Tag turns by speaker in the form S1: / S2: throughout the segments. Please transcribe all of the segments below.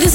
S1: this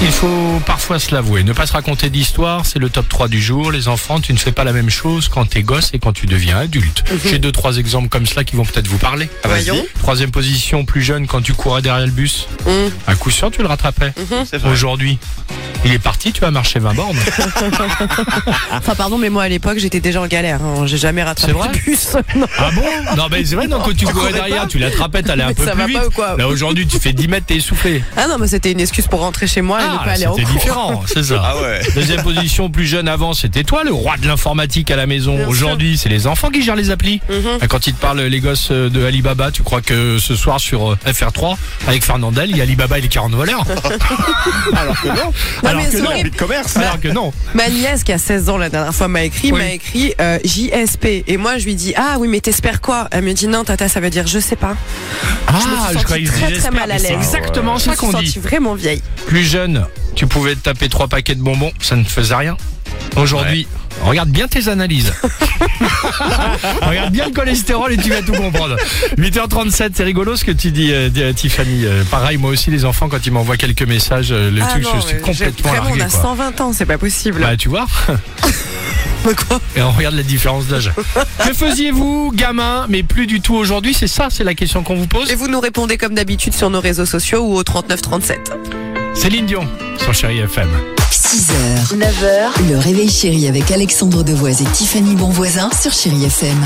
S2: Il faut parfois se l'avouer. Ne pas se raconter d'histoire, c'est le top 3 du jour. Les enfants, tu ne fais pas la même chose quand t'es gosse et quand tu deviens adulte. J'ai deux, trois exemples comme cela qui vont peut-être vous parler.
S3: Ah,
S4: voyons.
S2: Troisième position, plus jeune, quand tu courais derrière le bus.
S3: Hum.
S2: À coup sûr, tu le rattrapais.
S3: Mhm.
S2: Aujourd'hui, il est parti, tu as marché 20 bornes.
S3: Enfin, pardon, mais moi à l'époque j'étais déjà en galère. hein. J'ai jamais rattrapé
S2: C'est vrai
S3: de bus. Non.
S2: ah bon Non, mais c'est vrai, non, quand tu courais derrière, tu l'attrapais, t'allais un
S3: Mais
S2: peu
S3: ça
S2: plus
S3: va
S2: vite.
S3: pas ou quoi
S2: Là, aujourd'hui, tu fais 10 mètres, t'es essoufflé.
S3: Ah non, mais c'était une excuse pour rentrer chez moi et ne
S2: Ah,
S3: pas aller en
S2: c'était
S3: cours.
S2: différent, c'est ça.
S4: Ah ouais.
S2: Deuxième position, plus jeune avant, c'était toi le roi de l'informatique à la maison. Aujourd'hui, c'est les enfants qui gèrent les applis.
S3: Mhm.
S2: Quand ils te parlent, les gosses euh, de Alibaba, tu crois que ce soir sur euh, FR3, avec Fernandel, il y a Alibaba et les 40 voleurs
S4: Alors que non,
S2: Alors
S3: Ah, mais
S2: que
S3: c'est
S2: non
S4: envie de commerce.
S2: Alors que non
S3: Ma nièce qui a 16 ans la dernière fois m'a écrit,
S2: Oui.
S3: m'a écrit euh, JSP. Et moi je lui dis Ah oui, mais t'espères quoi Elle me dit Non, tata, ça veut dire je sais pas.
S2: Ah,
S3: me suis sentie
S2: croyais qu'ils
S3: très, très
S2: désespèrent,
S3: mal à
S2: mais C'est
S3: l'aise.
S2: exactement
S3: Je
S2: ça
S3: me suis
S2: qu'on dit.
S3: sentie vraiment vieille.
S2: Plus jeune, tu pouvais te taper trois paquets de bonbons, ça ne faisait rien. Aujourd'hui, regarde bien tes analyses. regarde bien le cholestérol et tu vas tout comprendre. 8h37, c'est rigolo ce que tu dis, euh, di- euh, Tiffany. Euh, pareil, moi aussi, les enfants, quand ils m'envoient quelques messages, euh, le
S3: ah
S2: truc,
S3: non,
S2: je suis
S3: mais
S2: complètement
S3: j'ai- Vraiment,
S2: largué.
S3: on a
S2: quoi.
S3: 120 ans, c'est pas possible.
S2: Bah, tu vois,
S3: Quoi
S2: et on regarde la différence d'âge. que faisiez-vous, gamin, mais plus du tout aujourd'hui C'est ça, c'est la question qu'on vous pose.
S3: Et vous nous répondez comme d'habitude sur nos réseaux sociaux ou au 3937.
S2: Céline Dion, sur Chéri FM.
S5: 6h, 9h, le réveil chéri avec Alexandre Devoise et Tiffany Bonvoisin sur Chérie FM.